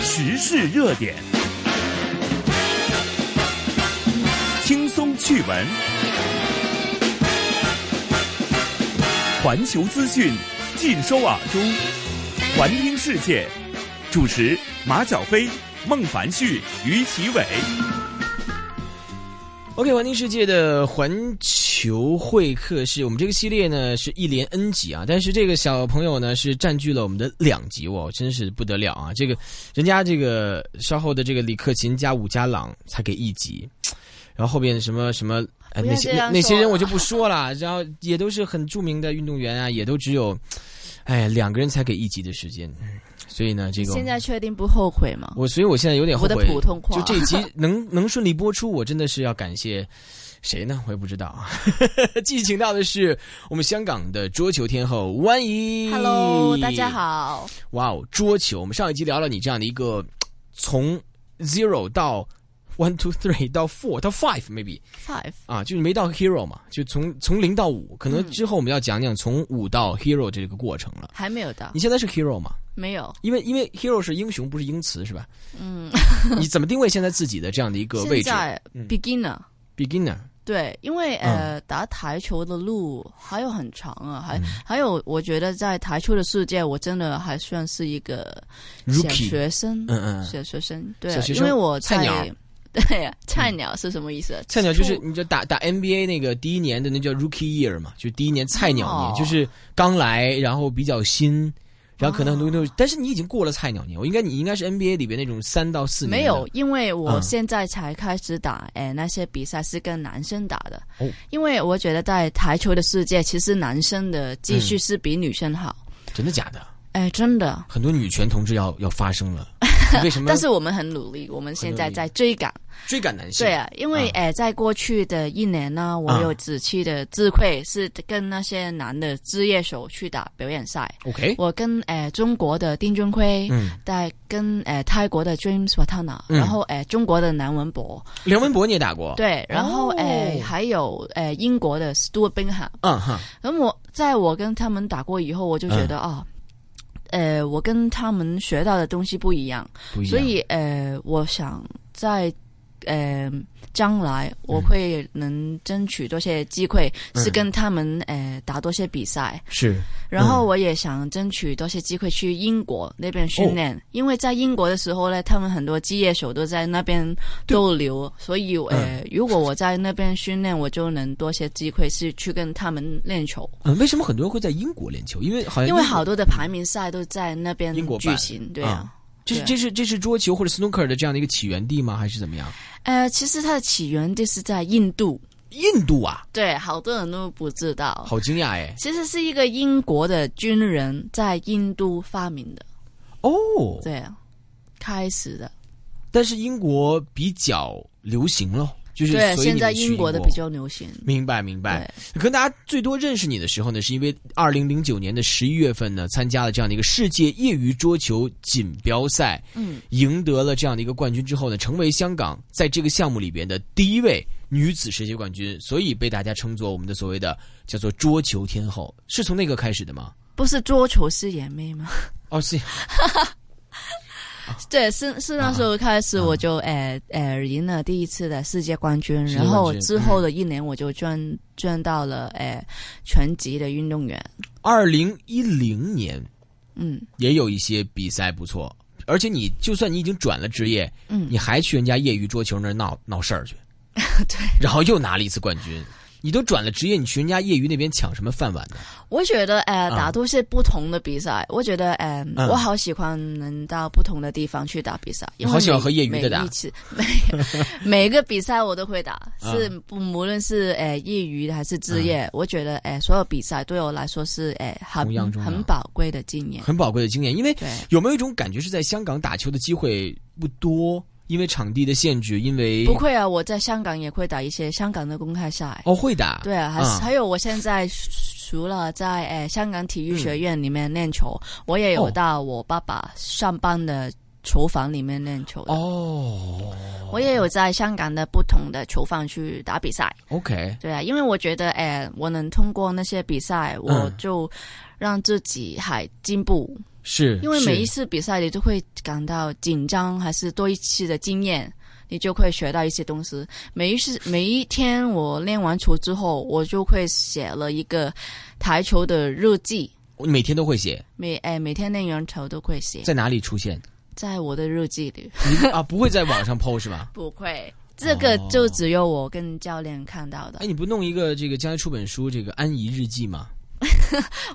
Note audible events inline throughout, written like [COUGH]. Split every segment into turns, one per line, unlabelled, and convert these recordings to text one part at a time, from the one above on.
时事热点，轻松趣闻，环球资讯尽收耳中，环听世界。主持马晓飞、孟凡旭、于奇伟。
OK，环听世界的环球会客室，我们这个系列呢是一连 N 集啊，但是这个小朋友呢是占据了我们的两集哦，真是不得了啊！这个人家这个稍后的这个李克勤加伍家朗才给一集， [LAUGHS] 然后后边什么什么。呃
不要
那些
这
那
样
那些
说
人我就不说了，然后也都是很著名的运动员啊，也都只有，哎，两个人才给一集的时间，嗯所以呢，这个我们
现在确定不后悔吗？
我所以我现在有点后
我
悔，
的普通话
就这一集能 [LAUGHS] 能顺利播出，我真的是要感谢谁呢？我也不知道啊。 [LAUGHS] 继续请到的是我们香港的桌球天后弯怡。
Hello，大家。好。
哇哦，桌球，我们上一集聊了你这样的一个从 zero 到 one two three 到 four 到 five maybe
Five，
啊，就是没到 hero 嘛，就从从零到五，可能
嗯
之后我们要讲讲从五到 hero 这个过程了。
还没有到
你，现在是 hero 吗？
没有。
因为因为 hero 是英雄，不是英词，
[LAUGHS]
是吧？
嗯，
你怎么定位现在自己的这样的一个位
现
置
在
嗯
beginner。
？beginner
对，因为呃，打台球的路还有很长啊，还、
嗯
还有，我觉得在台球的世界，我真的还算是一个小
rookie，
学生，
嗯嗯，
小学生，对啊
小学，生
因为我
菜
在
鸟，
[LAUGHS] 对，啊菜鸟是什么意思？
菜鸟就是
初
你就打打 NBA 那个第一年的那叫 rookie year 嘛，就第一年菜鸟年，
哦
就是刚来，然后比较新，然后可
哦
能很多东西都，但是你已经过了菜鸟年，我应该你应该是 NBA 里边那种三到四年的
没有，因为我
嗯
现在才开始打，诶、那些比赛是跟男生打的，
哦
因为我觉得在台球的世界，其实男生的技术是比女生好，
真的假的？
诶、真的。
很多女权同志要要发生
[LAUGHS]
了，你为什么？
但是我们很努力，我们现在在追赶。
追赶男性，
对啊，因为诶、呃在过去的一年呢，我
嗯
有仔细的自愧是跟那些男的职业手去打表演赛。
，OK，
我跟诶、呃中国的丁俊晖，
嗯，
在、跟诶、呃泰国的 James Watana，、
嗯
然后诶、呃中国的南文博，
梁文博你也打过，，
对，然后
哦
诶、呃还有诶、呃英国的 Stuart Bingham，
嗯哈，
然后我在我跟他们打过以后，我就觉得
嗯
啊、呃，我跟他们学到的东西不一样，
不一样
所以呃，我想在呃将来我会能争取多些机会，
嗯
是跟他们呃打多些比赛，
是
然后我也想争取多些机会去英国那边训
哦
练，因为在英国的时候呢，他们很多职业手都在那边逗留，所以
嗯
呃，如果我在那边训练，我就能多些机会是去跟他们练球，
嗯，为什么很多人会在英国练球？因为好像
因为
呃英国
好多的排名赛都在那边
英国办
举行，对啊。
这是
对
这是这是桌球或者 snooker 的这样的一个起源地吗？还是怎么样？
呃，其实它的起源就是在印度，
印度啊，
对，好多人都不知道。
好惊讶哎！
其实是一个英国的军人在印度发明的，
哦，
对啊，开始的。
但是英国比较流行咯，就是
对，
所以你
现
们
在
去
英
英
国的比较流行。
明白明白
对。，
可能大家最多认识你的时候呢，是因为二零零九年的十一月份呢，参加了这样的一个世界业余桌球锦标赛，
嗯，
赢得了这样的一个冠军之后呢，成为香港在这个项目里边的第一位女子世界冠军，所以被大家称作我们的所谓的叫做桌球天后，是从那个开始的吗？
不是桌球是眼妹吗？
哦，是
[LAUGHS] 对，是是那时候开始
啊
我就诶诶赢了第一次的世界冠军，
世界冠军嗯
然后之后的一年我就转转到了诶全级的运动员。
二零一零年
嗯
也有一些比赛不错，而且你就算你已经转了职业，
嗯
你，还去人家业余桌球那儿闹闹事
[LAUGHS]
儿去，对，然后又拿了一次冠军。你都转了职业，你去人家业余那边抢什么饭碗呢？
我觉得诶
啊
打都是不同的比赛，我觉得诶
嗯
我好喜欢能到不同的地方去打比赛，
你好喜欢
因为
和业余的打
每一次 [LAUGHS] 每每个比赛我都会打，
啊
是不无论是诶业余的还是职业，我觉得诶所有比赛对我来说是诶很
嗯同样重要
很宝贵的经验。
很宝贵的经验，因为
对，
有没有一种感觉是在香港打球的机会不多，因为场地的限制，因为
不会啊，我在香港也会打一些香港的公开赛。
哦会打，
对啊，还、
嗯
还有我现在除了在诶、呃香港体育
嗯
学院里面练球，我也有
哦
到我爸爸上班的球房里面练球的
哦
我也有在香港的不同的球房去打比赛。
，OK，
对啊，因为我觉得
嗯
诶、呃我能通过那些比赛，我就让自己还进步。
是，
因为每一
嗯是
次比赛你都会感到紧张，还是多一次的经验，你就会学到一些东西。每一次每一天我练完球之后，我就会写了一个台球的日记，
你每天都会写，
每哎每天练完球都会写，
在哪里出现？
在我的日记里。 [LAUGHS]
你啊，不会在网上 PO 是吧？
不会，这个就只有我跟教练看到的。
哦哎，你不弄一个这个将来出本书这个安怡日记吗？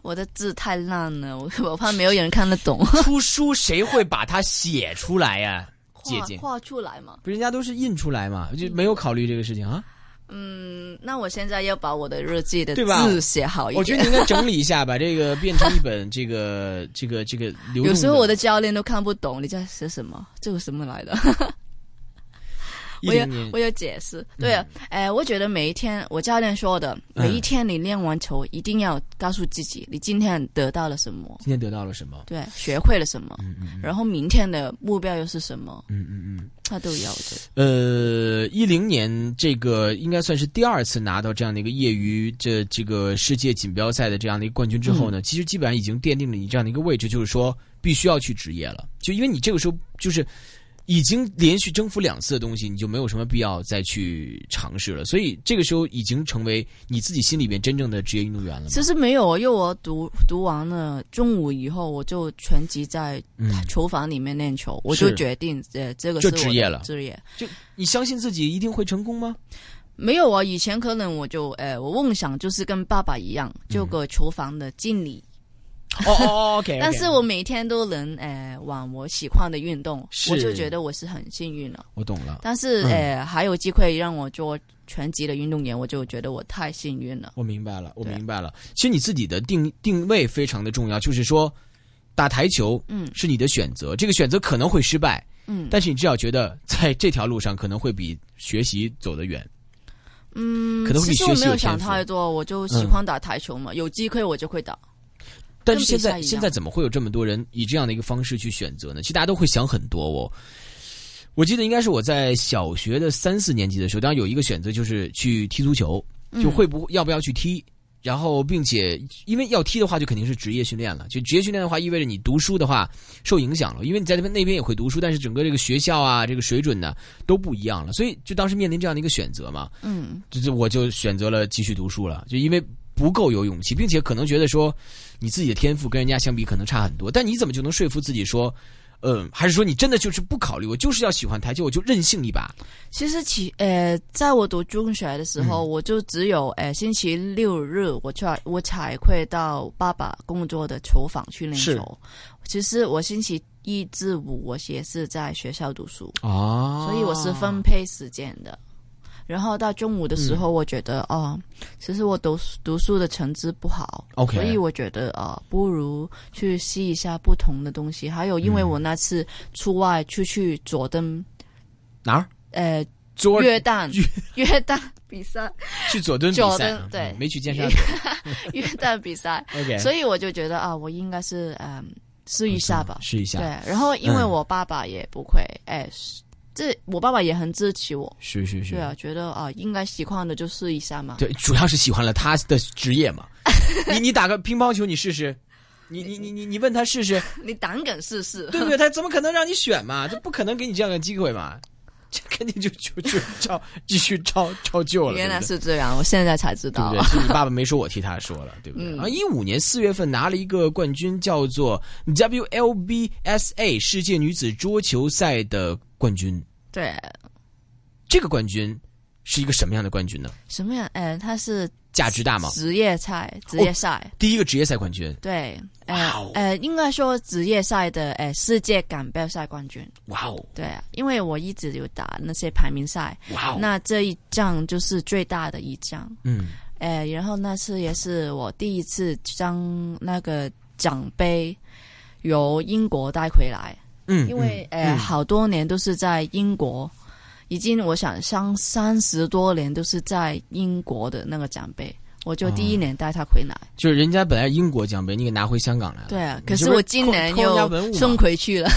我的字太烂了，我 [LAUGHS] 我怕没有人看得懂。
出书谁会把它写出来呀、姐
画
姐
画出来嘛？
不是人家都是印出来嘛，就没有考虑这个事情啊。
嗯，那我现在要把我的日记的
对吧
字写好一点。
我觉得你应该整理一下，把这个变成一本这个这个这个流动。
有时候我的教练都看不懂你在写什么，这有什么来的？
[LAUGHS] 一
我有
零年
我有解释。对，哎、我觉得每一天我教练说的，
嗯
每一天你练完球，一定要告诉自己你今天得到了什么，
今天得到了什么？
对，学会了什么，然后明天的目标又是什么，
嗯嗯嗯。
他都要的。
呃，一零年这个应该算是第二次拿到这样的一个业余这这个世界锦标赛的这样的一个冠军之后呢，其实基本上已经奠定了你这样的一个位置，就是说必须要去职业了。就因为你这个时候就是已经连续征服两次的东西，你就没有什么必要再去尝试了。所以这个时候已经成为你自己心里边真正的职业运动员了嘛。
其实没有，因为我读读完了中午以后，我就全集在
嗯
球房里面练球，我
是
就决定，呃，这个
就是
我
职
的
业了
职业
你相信自己一定会成功吗？
没有啊，以前可能我就，呃，我梦想就是跟爸爸一样，做个球房的经理，
[LAUGHS] 哦哦，OK
但是我每天都能，呃，玩我喜欢的运动，
是
我就觉得我是很幸运了。
[LAUGHS] 我懂了，
但是，
嗯
呃，还有机会让我做全职的运动员，我就觉得我太幸运了。
我明白了，我
对
明白了。其实你自己的定定位非常的重要，就是说，打台球
嗯
是你的选择，这个选择可能会失败，
嗯
但是你至少觉得在这条路上可能会比学习走得远。
嗯，
可能会
其
比
实
学
我
习
没
有
有
天
想
赋嗯
太多，我就喜欢打台球嘛，有机会我就会打。
但是现
跟比赛
在
一样
现在怎么会有这么多人以这样的一个方式去选择呢？其实大家都会想很多哦。我记得应该是我在小学的三四年级的时候，当然有一个选择就是去踢足球，
嗯
就会不要不要去踢。然后，并且因为要踢的话，就肯定是职业训练了。就职业训练的话，意味着你读书的话受影响了，因为你在那边那边也会读书，但是整个这个学校啊，这个水准呢都不一样了。所以就当时面临这样的一个选择嘛，
嗯
就是我就选择了继续读书了，就因为不够有勇气，并且可能觉得说你自己的天赋跟人家相比可能差很多，但你怎么就能说服自己说，嗯，还是说你真的就是不考虑，我就是要喜欢台球，我就任性一把？，
其实其呃，在我读中学的时候，
嗯
我就只有呃星期六日我才我才会到爸爸工作的球房去练
是
球。其实我星期一至五我也是在学校读书，
哦
所以我是分配时间的。然后到中午的时
嗯
候，我觉得、哦，其实我读书读书的成绩不好
OK
所以我觉得呃，不如去吸一下不同的东西。还有，因为
嗯
我那次出外出去佐登，
哪儿？
呃，
左
约旦 [LAUGHS] 约旦比
[LAUGHS]
赛，
去左敦比
左
赛
敦
啊，
对
嗯没去尖沙咀。
约旦比赛，
OK，
所以我就觉得啊，我应该是嗯试一下吧。
试一
对
下。，
然后因为
嗯
我爸爸也不会，哎，这我爸爸也很支持我，
是是是
对，啊，觉得啊应该喜欢的就试一下嘛。
嗯对，主要是喜欢了他的职业嘛。你你打个乒乓球，你试试。你你你你你问他试试，
你胆敢试试？
对不对？他怎么可能让你选嘛？他不可能给你这样的机会嘛？这肯定就就就照继续照照旧了，
原来
对
是这样，我现在才知
不
道
对？对不。对？是你爸爸没说，我替他说了，对不对？
啊嗯
啊，一五年四月份拿了一个冠军，叫做 WLBSA 世界女子桌球赛的冠军。
对，
这个冠军是一个什么样的冠军呢？
什么样？哎，他是
价值大吗？
职业赛，职业赛。
第一个职业赛冠军，
对，
哇
呃
哦
呃，应该说职业赛的呃世界锦标赛冠军，
哇哦，
对啊，因为我一直有打那些排名赛，
哇哦，
那这一仗就是最大的一仗，
嗯，
哎，然后那次也是我第一次将那个奖杯由英国带回来，
嗯，
因为
嗯
呃
嗯
好多年都是在英国，已经我想上三十多年都是在英国的那个奖杯，我
哦
就第一年带他回来，
就是人家本来英国奖杯，你给拿回香港来了，
对啊，
你
可
这
是
不
我今
扣
年
扣人家 [LAUGHS]
又
文物嘛
[LAUGHS] 送回去了，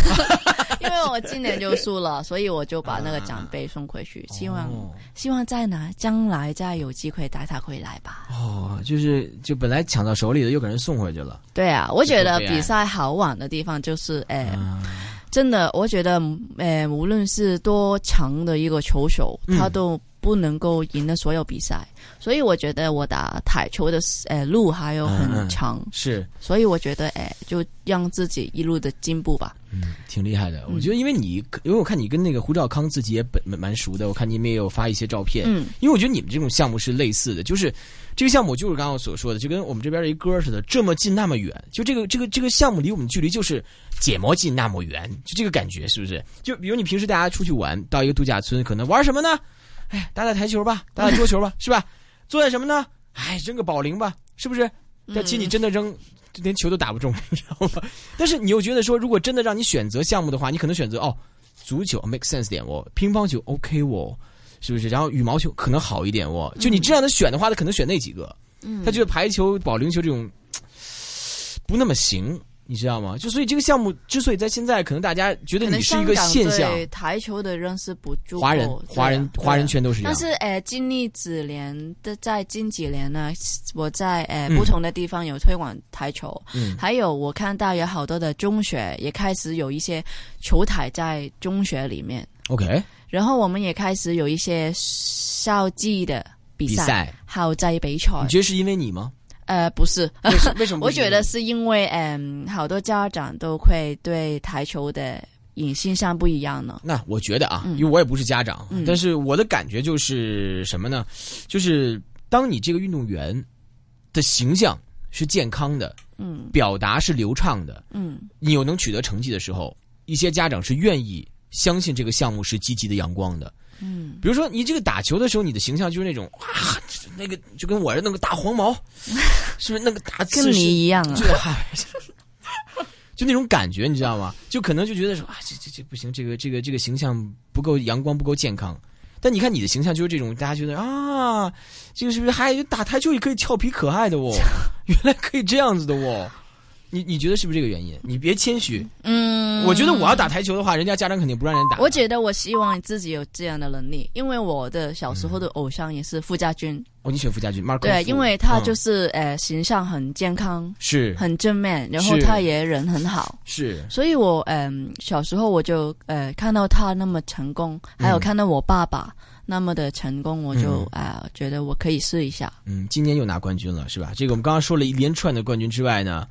因为为我今年就输了，所以我就把那个奖杯送回去，希望、
哦
希望再拿，将来再有机会带他回来吧。
哦，就是就本来抢到手里的，又给人送回去了。
对啊，我觉
多
得
悲哀
比赛好玩的地方就是，哎、
嗯，
真的，我觉得，呃，无论是多强的一个球手，
嗯
他都不能够赢了所有比赛。所以我觉得我打台球的呃路还有
嗯
很长，
是，
所以我觉得，哎、就让自己一路的进步吧。
嗯，挺厉害的。我觉得，因为你，因为我看你跟那个胡兆康自己也本蛮蛮熟的，我看你们也有发一些照片。
嗯，
因为我觉得你们这种项目是类似的，就是这个项目就是刚刚我所说的，就跟我们这边的一歌似的，这么近那么远，就这个这个这个项目离我们距离就是解魔近那么远，就这个感觉是不是？就比如你平时大家出去玩，到一个度假村，可能玩什么呢？哎，打打台球吧，打打桌球吧，是吧？做点什么呢？哎，扔个保龄吧，是不是？但
嗯
其实你真的扔，连球都打不中， [LAUGHS] 你知道吗？但是你又觉得说，如果真的让你选择项目的话，你可能选择哦，足球 make sense 点哦，乒乓球 OK 哦，是不是？然后羽毛球可能好一点哦。就你这样的选的话，他可能选那几个，
嗯
他觉得排球、保龄球这种嘖不那么行，你知道吗？就所以这个项目之所以在现在，可能大家觉得
可
你
能
是一个
香港
现象，
对台球的认识不足够，
华人、
对啊
华人、华人。
对啊
圈都是这
但
样。
是，呃，经历几年的，在近几年呢，我在呃
嗯
不同的地方有推广台球，
嗯，
还有我看到有好多的中学也开始有一些球台在中学里面，
OK，
然后我们也开始有一些校际的比
比
赛，
赛，
还有在比赛
你。觉得是因为你
[LAUGHS]
吗？
呃，不是，
为什为什么不
我
是因为你？
觉得是因为嗯，好多家长都会对台球的影性上不一样呢。
那我觉得啊，
嗯
因为我也不是家长，
嗯
但是我的感觉就是什么呢？就是当你这个运动员的形象是健康的，
嗯
表达是流畅的，
嗯
你又能取得成绩的时候，一些家长是愿意相信这个项目是积极的、阳光的。
嗯
比如说，你这个打球的时候，你的形象就是那种哇，那个就跟我弄个大黄
[LAUGHS]
毛，是不是那个大
跟
刺
你
是
一样啊
就。嗨，嗯 [LAUGHS] 就那种感觉，你知道吗？就可能就觉得说啊，这这这不行，这个这个这个形象不够阳光，不够健康。但你看你的形象就是这种，大家觉得啊，这个是不是还打台球也可以俏皮可爱的
[LAUGHS]
哦？原来可以这样子的哦。你你觉得是不是这个原因？你别谦虚，
嗯，
我觉得我要打台球的话，人家家长肯定不让人打。
我觉得我希望自己有这样的能力，因为我的小时候的偶像也是傅家军，
哦，你选傅嗯家俊，Marco 傅。、
对，因为他就是是、呃形象很健康，
是
很正面，然后
是
他也人很好，
是
所以我嗯、小时候我就呃看到他那么成功，还
嗯
有看到我爸爸那么的成功，我就啊、呃觉得我可以试一下。
嗯，今年又拿冠军了，是吧？这个我们刚刚说了一连串的冠军之外
[LAUGHS]
呢，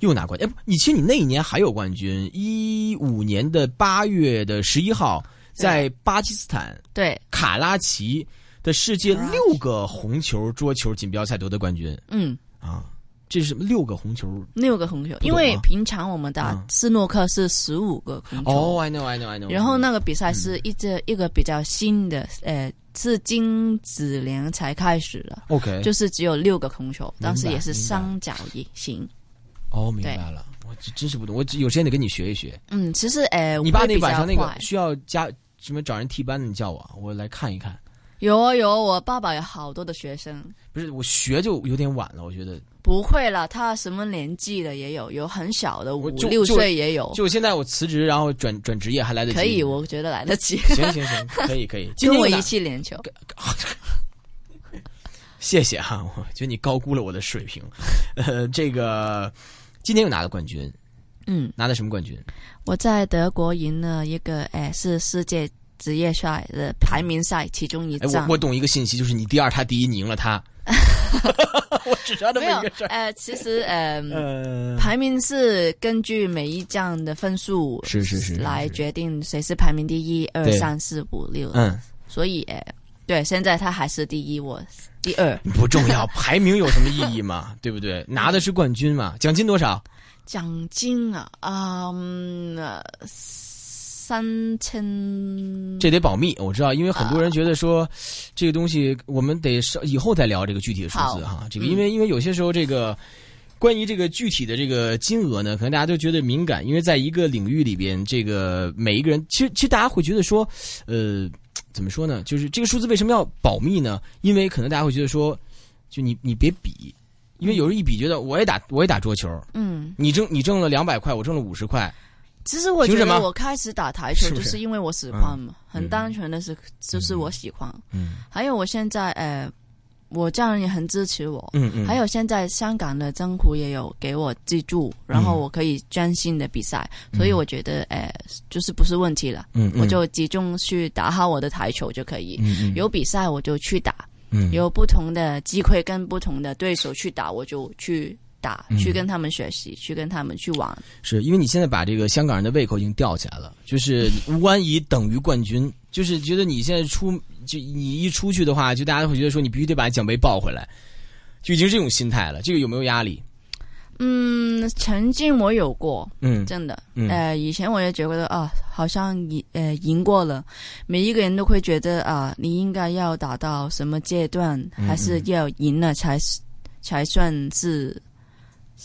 又拿冠军。哎，不你其实你那一年还有冠军，一五年的八月的十一号，在巴基斯坦
对，
卡拉奇的世界六个红球桌球锦标赛夺得冠军
嗯，
啊！这是什么？六个红球？
六个红球，
懂
因为
啊
平常我们打
嗯
斯诺克是十五个红球。
哦、i know, I know, I know。
然后？那个比赛是一
嗯
直一个比较新的，呃，是近几年才开始的，
？OK，
就是只有六个控球，
哎白
当时也是三角型。
哦，明白了。我这真是不懂，我有时间得跟你学一学。
嗯，其实呃，
你爸
我会
那
比较
晚上那个
快
需要加什么找人替班的，你叫我，我来看一看。
有啊有啊，我爸爸有好多的学生，
不是我学就有点晚了，我觉得。
不会啦，他什么年纪的也有，有很小的五
我就
六
就
岁也有，
就我现在我辞职，然后转转职业还来得及。
可以，我觉得来得及，
行行行，可以可以。 [LAUGHS] 今
[LAUGHS] 跟
天
我
有哪
一起练球。
谢谢哈、我觉得你高估了我的水平。 [LAUGHS] 呃，这个今天又拿了冠军，
嗯，
拿的什么冠
[LAUGHS]
军？
我在德国赢了一个，哎、是世界职业赛的排名赛其中一
哎，
站
我。我懂一个信息，就是你第二，他第一，你赢了
[LAUGHS]
他。我只知道这
没
么
有
一个事，儿。
呃，其实呃，
呃，
排名是根据每一站的分数
是是是是
来决定谁是排名第一、二、
对
三、四、五、六。
嗯，
所以，呃，对，现在他还是第一，我第二。
不重要，排名有什么意义嘛？对不
[LAUGHS]
对？拿的是冠军嘛，奖金多少？
奖金啊，嗯，呃三千。
这得保密，我知道，因为很多人觉得说，这个东西我们得稍以后再聊这个具体的数字哈。这个因为因为有些时候这个关于这个具体的这个金额呢，可能大家都觉得敏感，因为在一个领域里边，这个每一个人其实其实大家会觉得说，呃，怎么说呢？就是这个数字为什么要保密呢？因为可能大家会觉得说，就你你别比，因为有人一比觉得我也打我也打桌球，
嗯，
你挣你挣了两百块，我挣了五十块，
其实我觉
凭什
得
么
我开始打台
是
球
不
就是是因为我喜欢嘛，很
嗯
单纯的是就是我喜欢。
嗯
还有我现在呃，我家人也很支持我。
嗯嗯，
还有现在香港的政府也有给我资助，然后我可以专心的比赛，所以我觉得呃就是不是问题了，
嗯，嗯
我就集中去打好我的台球就可以。
嗯嗯
有比赛我就去打，
嗯
有不同的机会跟不同的对手去打，我就去打，
嗯
去跟他们学习，去跟他们去玩。
是因为你现在把这个香港人的胃口已经吊起来了，就是无关以等于冠军，就是觉得你现在出就你一出去的话，就大家会觉得说你必须得把奖杯抱回来，就已经这种心态了。这个有没有压力？
嗯，曾经我有过，
嗯
真的，
嗯
呃，以前我也觉得啊，好像赢呃赢过了，每一个人都会觉得啊，你应该要达到什么阶段，
嗯
还是要赢了才是才算是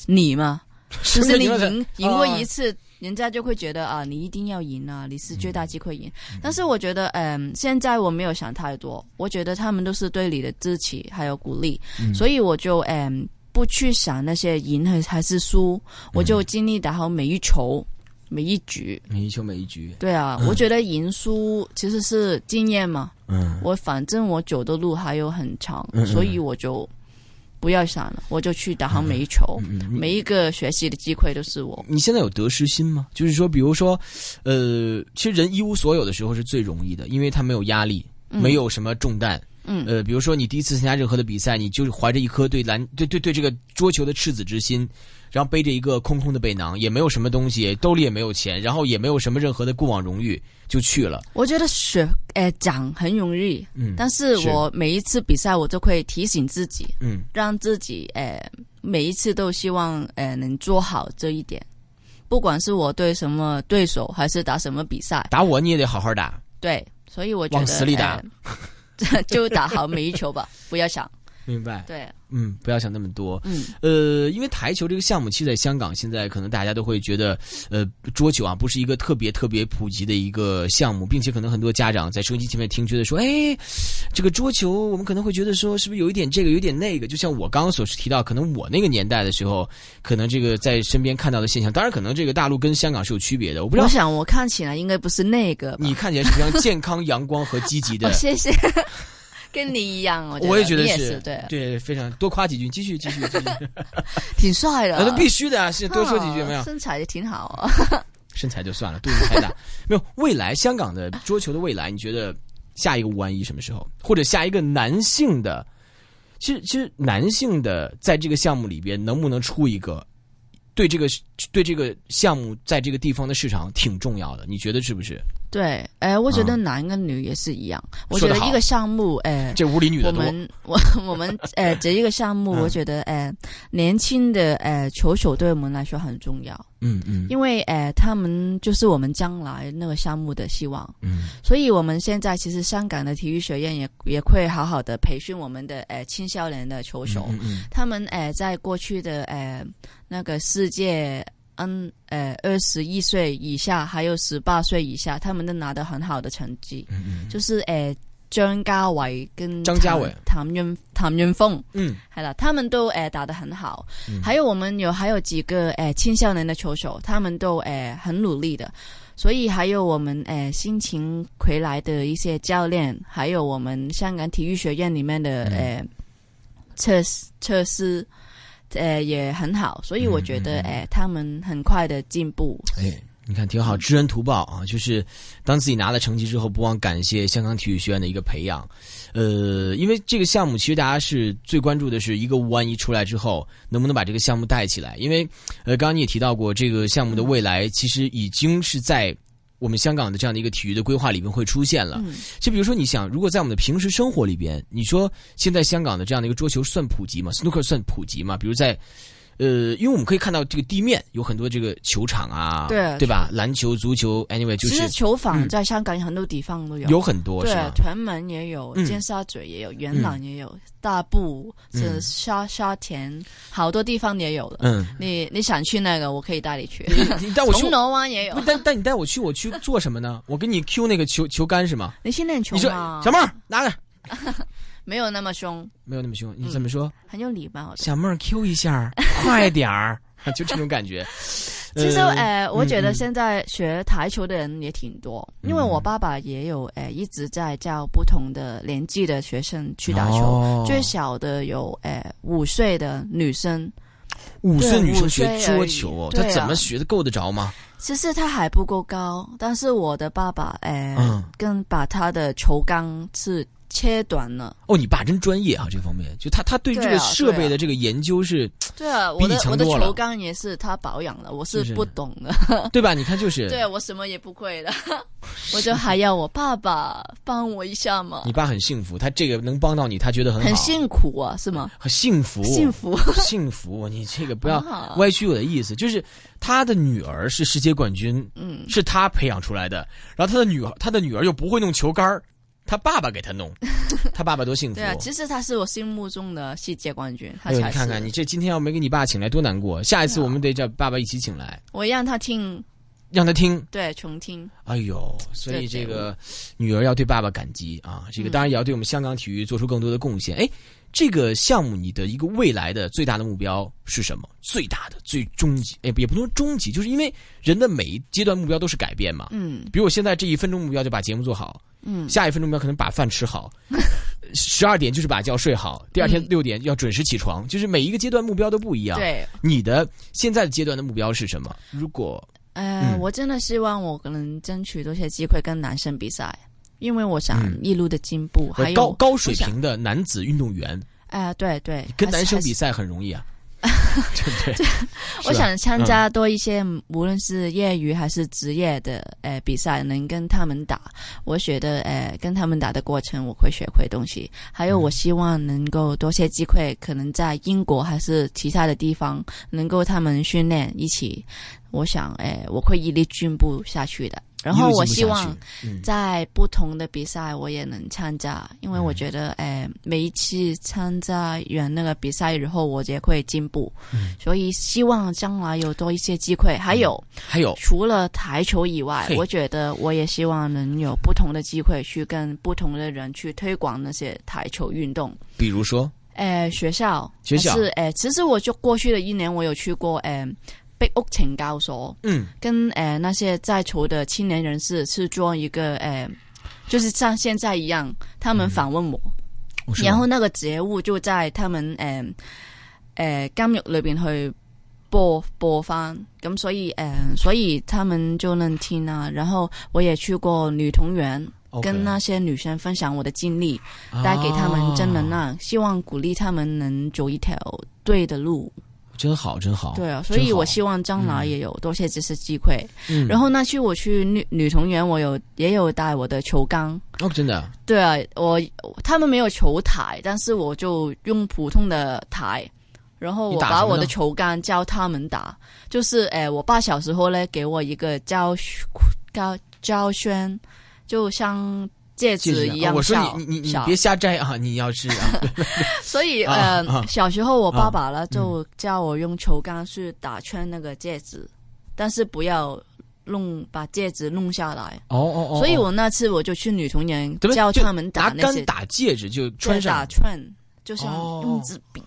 你嘛？
[LAUGHS]
就是你
什么叫
赢赢过
啊
一次，人家就会觉得啊，你一定要赢啊，你是最大机会赢。但是我觉得，嗯、现在我没有想太多，我觉得他们都是对你的支持还有鼓励，所以我就嗯。不去想那些赢还还是输，我
嗯
就尽力打好每一球、每一局。
每一球每一局，
对啊，我觉得赢输其实是经验嘛。
嗯
我反正我走的路还有很长，
嗯嗯
所以我就不要想了，我就去打好每一球，
嗯，
每一个学习的机会都是我。
你现在有得失心吗？就是说，比如说，呃，其实人一无所有的时候是最容易的，因为他没有压力，
嗯
没有什么重担。
嗯
呃，比如说你第一次参加任何的比赛，你就是怀着一颗对篮对对对这个桌球的赤子之心，然后背着一个空空的背囊，也没有什么东西，兜里也没有钱，然后也没有什么任何的过往荣誉，就去了。
我觉得学呃讲很容易，
嗯，
但是
是
我每一次比赛我都会提醒自己，
嗯
让自己呃每一次都希望呃能做好这一点。不管是我对什么对手，还是打什么比赛，
打我你也得好好打。
对，所以我觉得
往死里打
呃 [LAUGHS] 就打好每一球吧，不要想。
明白，
对，
嗯，不要想那么多。
嗯
呃，因为台球这个项目，其实在香港现在可能大家都会觉得，呃，桌球啊不是一个特别特别普及的一个项目，并且可能很多家长在收音机前面听，觉得说，哎，这个桌球我们可能会觉得说，是不是有一点这个，有一点那个？就像我刚刚所提到，可能我那个年代的时候，可能这个在身边看到的现象，当然可能这个大陆跟香港是有区别的，我不知
我
道
想我看起来应该不是那个吧
你。看起来是非常健康、阳光和积极的
哦，。谢 [LAUGHS] 谢，跟你一样，我觉得
我也觉得
你也
哦是，
对，
对，非常多夸几句，继续继续继 [LAUGHS] 续，
挺帅的
那都。必须的啊，是
哼
多说几句有没有？
身材也挺好啊。
身材就算了，肚子太大。没有未来，香港的桌球的未来，你觉得下一个吴安一什么时候，或者下一个男性的？其实，其实男性的在这个项目里边，能不能出一个对这个对这个项目在这个地方的市场挺重要的？你觉得是不是？
对，哎，我觉得男跟女也是一样。我觉
啊说得
得
好
一个项目，哎，
这屋里女
我
的多，
们 [LAUGHS] 我我们呃这一个项目，
嗯
我觉得呃年轻的呃球手对我们来说很重要，
嗯嗯，
因为呃他们就是我们将来那个项目的希望，
嗯
所以我们现在其实香港的体育学院也也会好好的培训我们的呃青少年的球手，
嗯嗯
他们呃在过去的呃那个世界。嗯，呃，二十一岁以下还有十八岁以下，他们都拿得很好的成绩。
嗯嗯
就是诶、呃、张家伟跟
张家伟、
谭润、谭润峰
嗯
系啦，他们都诶、呃打得很好。
嗯
还有我们有还有几个诶、呃青少年的球手，他们都诶、呃很努力的。所以还有我们诶、呃新情回来的一些教练，还有我们香港体育学院里面的
嗯
诶、呃测试测试。呃，也很好，所以我觉
嗯嗯
得，
嗯
诶、他们很快的进步，
哎，你看挺好，知恩图报啊！就是当自己拿了成绩之后，不忘感谢香港体育学院的一个培养。呃，因为这个项目其实大家是最关注的是一个五万一出来之后，能不能把这个项目带起来？因为呃，刚刚你也提到过，这个项目的未来其实已经是在。我们香港的这样的一个体育的规划里面会出现了。
嗯
就比如说，你想，如果在我们的平时生活里边，你说现在香港的这样的一个桌球算普及吗？snooker 算普及吗？比如在呃，因为我们可以看到这个地面有很多这个球场啊，
对
对吧？篮球、足球，anyway，就
其实
是
球
嗯
房在香港有很多地方都有，
有很多是
对，
吧？
屯门也有，
啊嗯
尖沙咀也有，元朗也有，大埔、
嗯
是沙沙田，好多地方也有了。 [LAUGHS]
嗯，
你你想去那个，我可以带你去。
你你带
[LAUGHS]
我去
铜，锣湾也有
不，但但你带我去，我去做什么呢？我给你 Q 那个球球杆是吗？
你去练球
你说
吗
小？妹儿拿着，
啊没有那么凶，
没有那么凶，你
嗯
怎么说？
很有礼貌
[LAUGHS]
的。
小妹儿 Q 一下儿，快点儿，就这种感觉。
其实
呃
呃，我觉
嗯
得
嗯
现在学台球的人也挺多，因为我爸爸也有呃一直在教不同的年纪的学生去打球，
哦
最小的有呃五岁的女生，
五岁
对
女生
五
学
岁
桌
而已
球哦，她
对啊
怎么学的够得着吗？
其实她还不够高，但是我的爸爸呃、
嗯
更把她的球杆是切短了。
哦，你爸真专业啊，这方面就他他对这
对
个
啊
设
对
备
啊
的这个研究是，
对啊，
比
我
你
的
强
我的
多了
球杆也是她保养了，我
是
是
不是
不懂的。
对吧？你看就是，
对啊我什么也不会的， [LAUGHS] 我就还要我爸爸帮我一下嘛
你。爸很幸福，他这个能帮到你，他觉得很好，
很幸苦啊，是吗？
很幸福，
幸福
幸福，你这个不要
啊
歪曲我的意思，就是他的女儿是世界冠军，
嗯，
是他培养出来的，然后他的女儿，他的女儿又不会弄球杆儿他爸爸给他
[LAUGHS]
弄，他爸爸多幸福。哦
对啊，其实他是我心目中的世界冠军，他
哎呦，你
才是。
看看，你这今天要没给你爸请来多难过，下一次
对啊
我们得叫爸爸一起请来，
我让他听，
让他听。
对，重听，
哎呦，所以这
对
个女儿要对爸爸感激啊，这个
嗯
当然也要对我们香港体育做出更多的贡献。哎，这个项目你的一个未来的最大的目标是什么？最大的、最终极，哎，也不能说终极，就是因为人的每一阶段目标都是改变嘛。
嗯
比如我现在这一分钟目标就把节目做好，
嗯，
下一分钟目标可能把饭吃好，十二点就是把觉睡好，第二天
嗯
六点要准时起床，就是每一个阶段目标都不一样。，
对，
你的现在的阶段的目标是什么？如果
呃
嗯，
我真的希望我能争取多些机会跟男生比赛，因为我想
嗯
一路的进步，还有
高高水，
我想
平的男子运动员，
哎，对对，
跟
还是
男生
还是
比赛很容
[LAUGHS]
易啊，对不对？是吧
我想
嗯
参加多一些，无论是业余还是职业的呃比赛，能跟他们打。我觉得呃跟他们打的过程，我会学会东西。还有，我希望能够多些机会，可能在英国还是其他的地方，能够他们训练一起。我想，呃，我会一力进步下去的。然后
一路
我
进步
希
下
望
去，嗯
在不同的比赛我也能参加，因为
嗯
我觉得，哎、每一次参加完那个比赛以后，我也会进步，
嗯
所以希望将来有多一些机会。还有，
还有
除了台球以外
嗯嘿，
我觉得我也希望能有不同的机会去跟不同的人去推广那些台球运动。
比如说，
诶、学校，
学校
还是诶、其实我就过去的一年，我有去过呃诶、壁屋惩教所，
嗯，
跟诶、那些在囚的青年人士是做一个诶、就是像现在一样，他
嗯
们访问我，
我说
然后那个节目就在他们诶诶、监狱里边去播播翻，咁所以诶、所以他们就能听啊。然后我也去过女童园，
OK
跟那些女生分享我的经历。带给他们正能
啊，
量，希望鼓励他们能走一条对的路。
真好，哦真好。
对啊，所以我希
望，
望将来
嗯
也有多些这些机会。
嗯
然后那次我去女女童园，我有也有带我的球杆。
哦，真的，
对啊，我他们没有球台，但是我就用普通的台。然后
你
我
打什
把
么呢
我的球杆教他们打，就是诶、呃我爸小时候呢给我一个胶胶胶圈，就像戒
谢谢
指
啊
一
哦
样
我
小、
说你你你你
小
别瞎摘啊！ [LAUGHS] 你要是
[LAUGHS]
啊，
所以
啊
呃，
啊
小时候我爸爸呢、
嗯
就叫我用球杆去打圈那个戒指，但是不要弄把戒指弄下来。
哦哦哦，
所以
哦
我那次我就去女童园
对不对
教
就
他们
拿
那
杆
些
打戒指就
对
穿上
打。圈，就像
哦
用纸笔，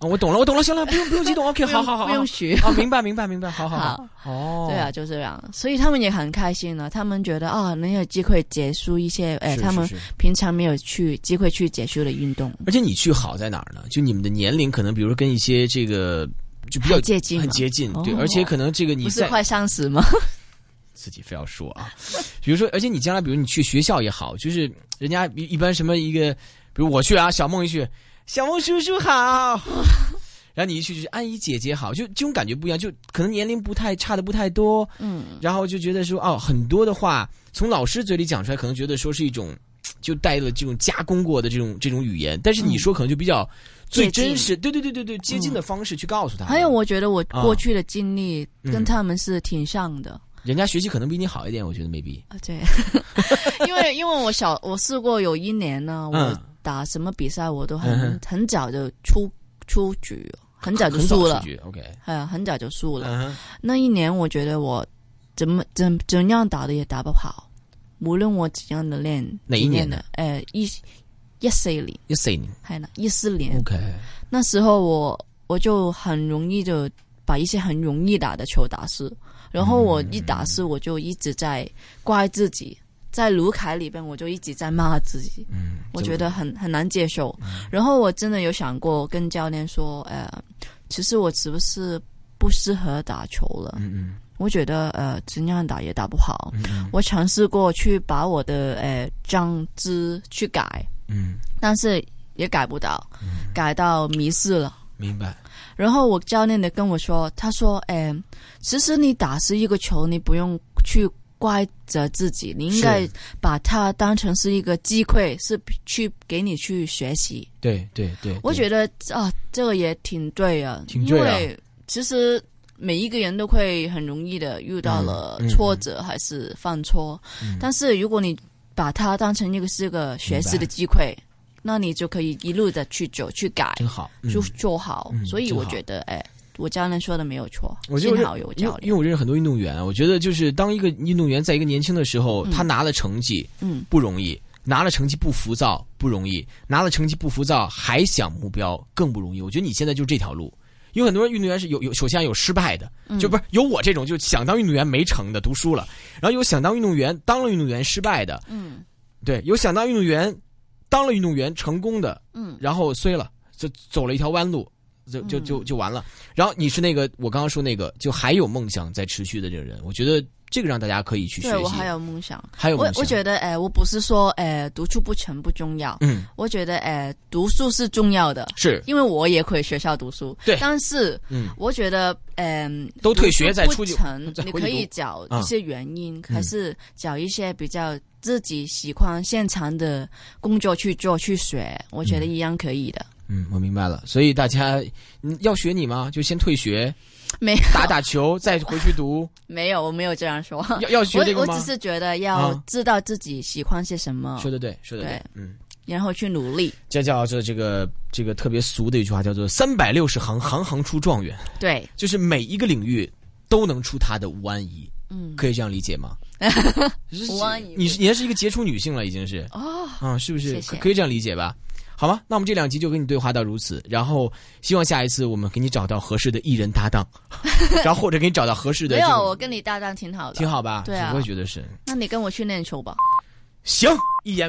哦我懂了，我懂了，行了，
[LAUGHS]
不用不用激动，OK，
不
好
用
好好，
不
好
用学。
哦，明白明白明白，好好好，哦，
对啊，，就这样，所以他们也很开心了。他们觉得啊，能有机会结束一些，哎，
是
他们
是是
平常没有去机会去结束的运动，
而且你去好在哪儿呢？就你们的年龄可能，比如说跟一些这个就比较
很接近
很
嘛
接近，对，
哦
而且可能这个你
不是
在
快三
[LAUGHS]
十吗？
自己非要说啊， [LAUGHS] 比如说，而且你将来，比如你去学校也好，就是人家一一般什么一个，比如我去啊，小梦一去，小梦叔
[LAUGHS]
叔好，然后你一去就是阿姨姐姐好，就这种感觉不一样，就可能年龄不太差的不太多，
嗯，
然后就觉得说哦，很多的话从老师嘴里讲出来，可能觉得说是一种就带了这种加工过的这种这种语言，但是你说可能就比较最
接近
真实，对对对对对，接近的方式去告诉他们。
嗯还有，我觉得我
啊
过去的经历
嗯
跟他们是挺像的。
人家学习可能比你好一点，我觉得 maybe
啊，对， [LAUGHS] 因为因为我小我试过有一年呢，
嗯
我打什么比赛我都
嗯
很、
哼
很早就出出局，很早就
很少
输了
出，局，OK。
哎呀，很早就输了。
嗯哼
那一年我觉得我怎么怎怎样打的也打不好，无论我怎样的练，
哪一年
练
呢
的？呃，一一四年，
一四年嗯
还呢，一四年
，OK，
那时候我我就很容易就把一些很容易打的球打湿。然后我一打
嗯
湿，我就一直在怪自己，在卢凯里边我就一直在骂自己，
嗯，
我觉得很很难接受。然后我真的有想过跟教练说，呃，其实我是不是不适合打球了？
嗯嗯
我觉得呃，怎样打也打不好。
嗯嗯
我尝试过去把我的呃张姿去改，
嗯，
但是也改不到，改到迷失了。
明白，
然后我教练的跟我说，他说：“哎，其实你打是一个球，你不用去怪责自己，你应该
是
把它当成是一个机会，是去给你去学习。
对对对”，
我
得
觉得啊，这个也挺对啊，
挺对啊
因为其实。每一个人都会很容易的遇到了
嗯嗯嗯
挫折还是犯错，但是如果你把它当成一个是个学习的机会，那你就可以一路的去走去改。
真好，嗯
就做好。
嗯
所以
做
我
好
觉得，哎，我教练说的没有错，
我就
幸
是
好有
因
教
为因
练。
为我认识很多运动员，我觉得就是当一个运动员在一个年轻的时候，
嗯
他拿了成绩
嗯，
不容易，拿了成绩不浮躁不容易，拿了成绩不浮躁还想目标更不容易。我觉得你现在就这条路。有很多运动员是有有手下有失败的，
嗯
就不是有我这种就想当运动员没成的读书了，然后有想当运动员当了运动员失败的，
嗯
对，有想当运动员当了运动员成功的，
嗯
然后衰了，就走了一条弯路，就就就
嗯
就完了。然后你是那个我刚刚说那个，就还有梦想在持续的这个人，我觉得这个让大家可以去学
对
习。
我还有梦想。
还有
我
梦想，
我觉得，哎，我不是说，哎，读书不成不重要，
嗯
我觉得，哎，读书是重要的，
是
因为我也回学校读书。
对
但是
嗯
我觉得，嗯，
都退学
读书
再出
不
去
成
再，回
你
去
可以
读
找
啊
一些原因，
嗯
还是找一些比较自己喜欢擅长的工作去做去学，我觉得一样可以的。
嗯，我明白了。所以大家嗯要学你吗？就先退学，
没
打打球，再回去
[LAUGHS]
读。
没有，我没有这样说。
要要学
我
这个
我
吗
只？是觉得要
啊
知道自己喜欢些什么，
说的对，说的对
对，
嗯，
然后去努力。
这叫这这个这个特别俗的一句话，叫做“三百六十行，行行出状元
对”，，
就是每一个领域都能出他的弯移，
嗯，
可以这样理解
[LAUGHS]
吗？是
弯移
你是你也是一个杰出女性了，已经是
哦，
啊，是不是
谢谢
可可以这样理解吧？好吗？那我们这两集就跟你对话到如此，然后希望下一次我们给你找到合适的艺人搭
[LAUGHS]
档，然后或者给你找到合适的
没
这
有，
种
我跟你搭档挺好的，
挺。好吧？
对啊
我也觉得是。
那你跟我去练球吧。
行，一言。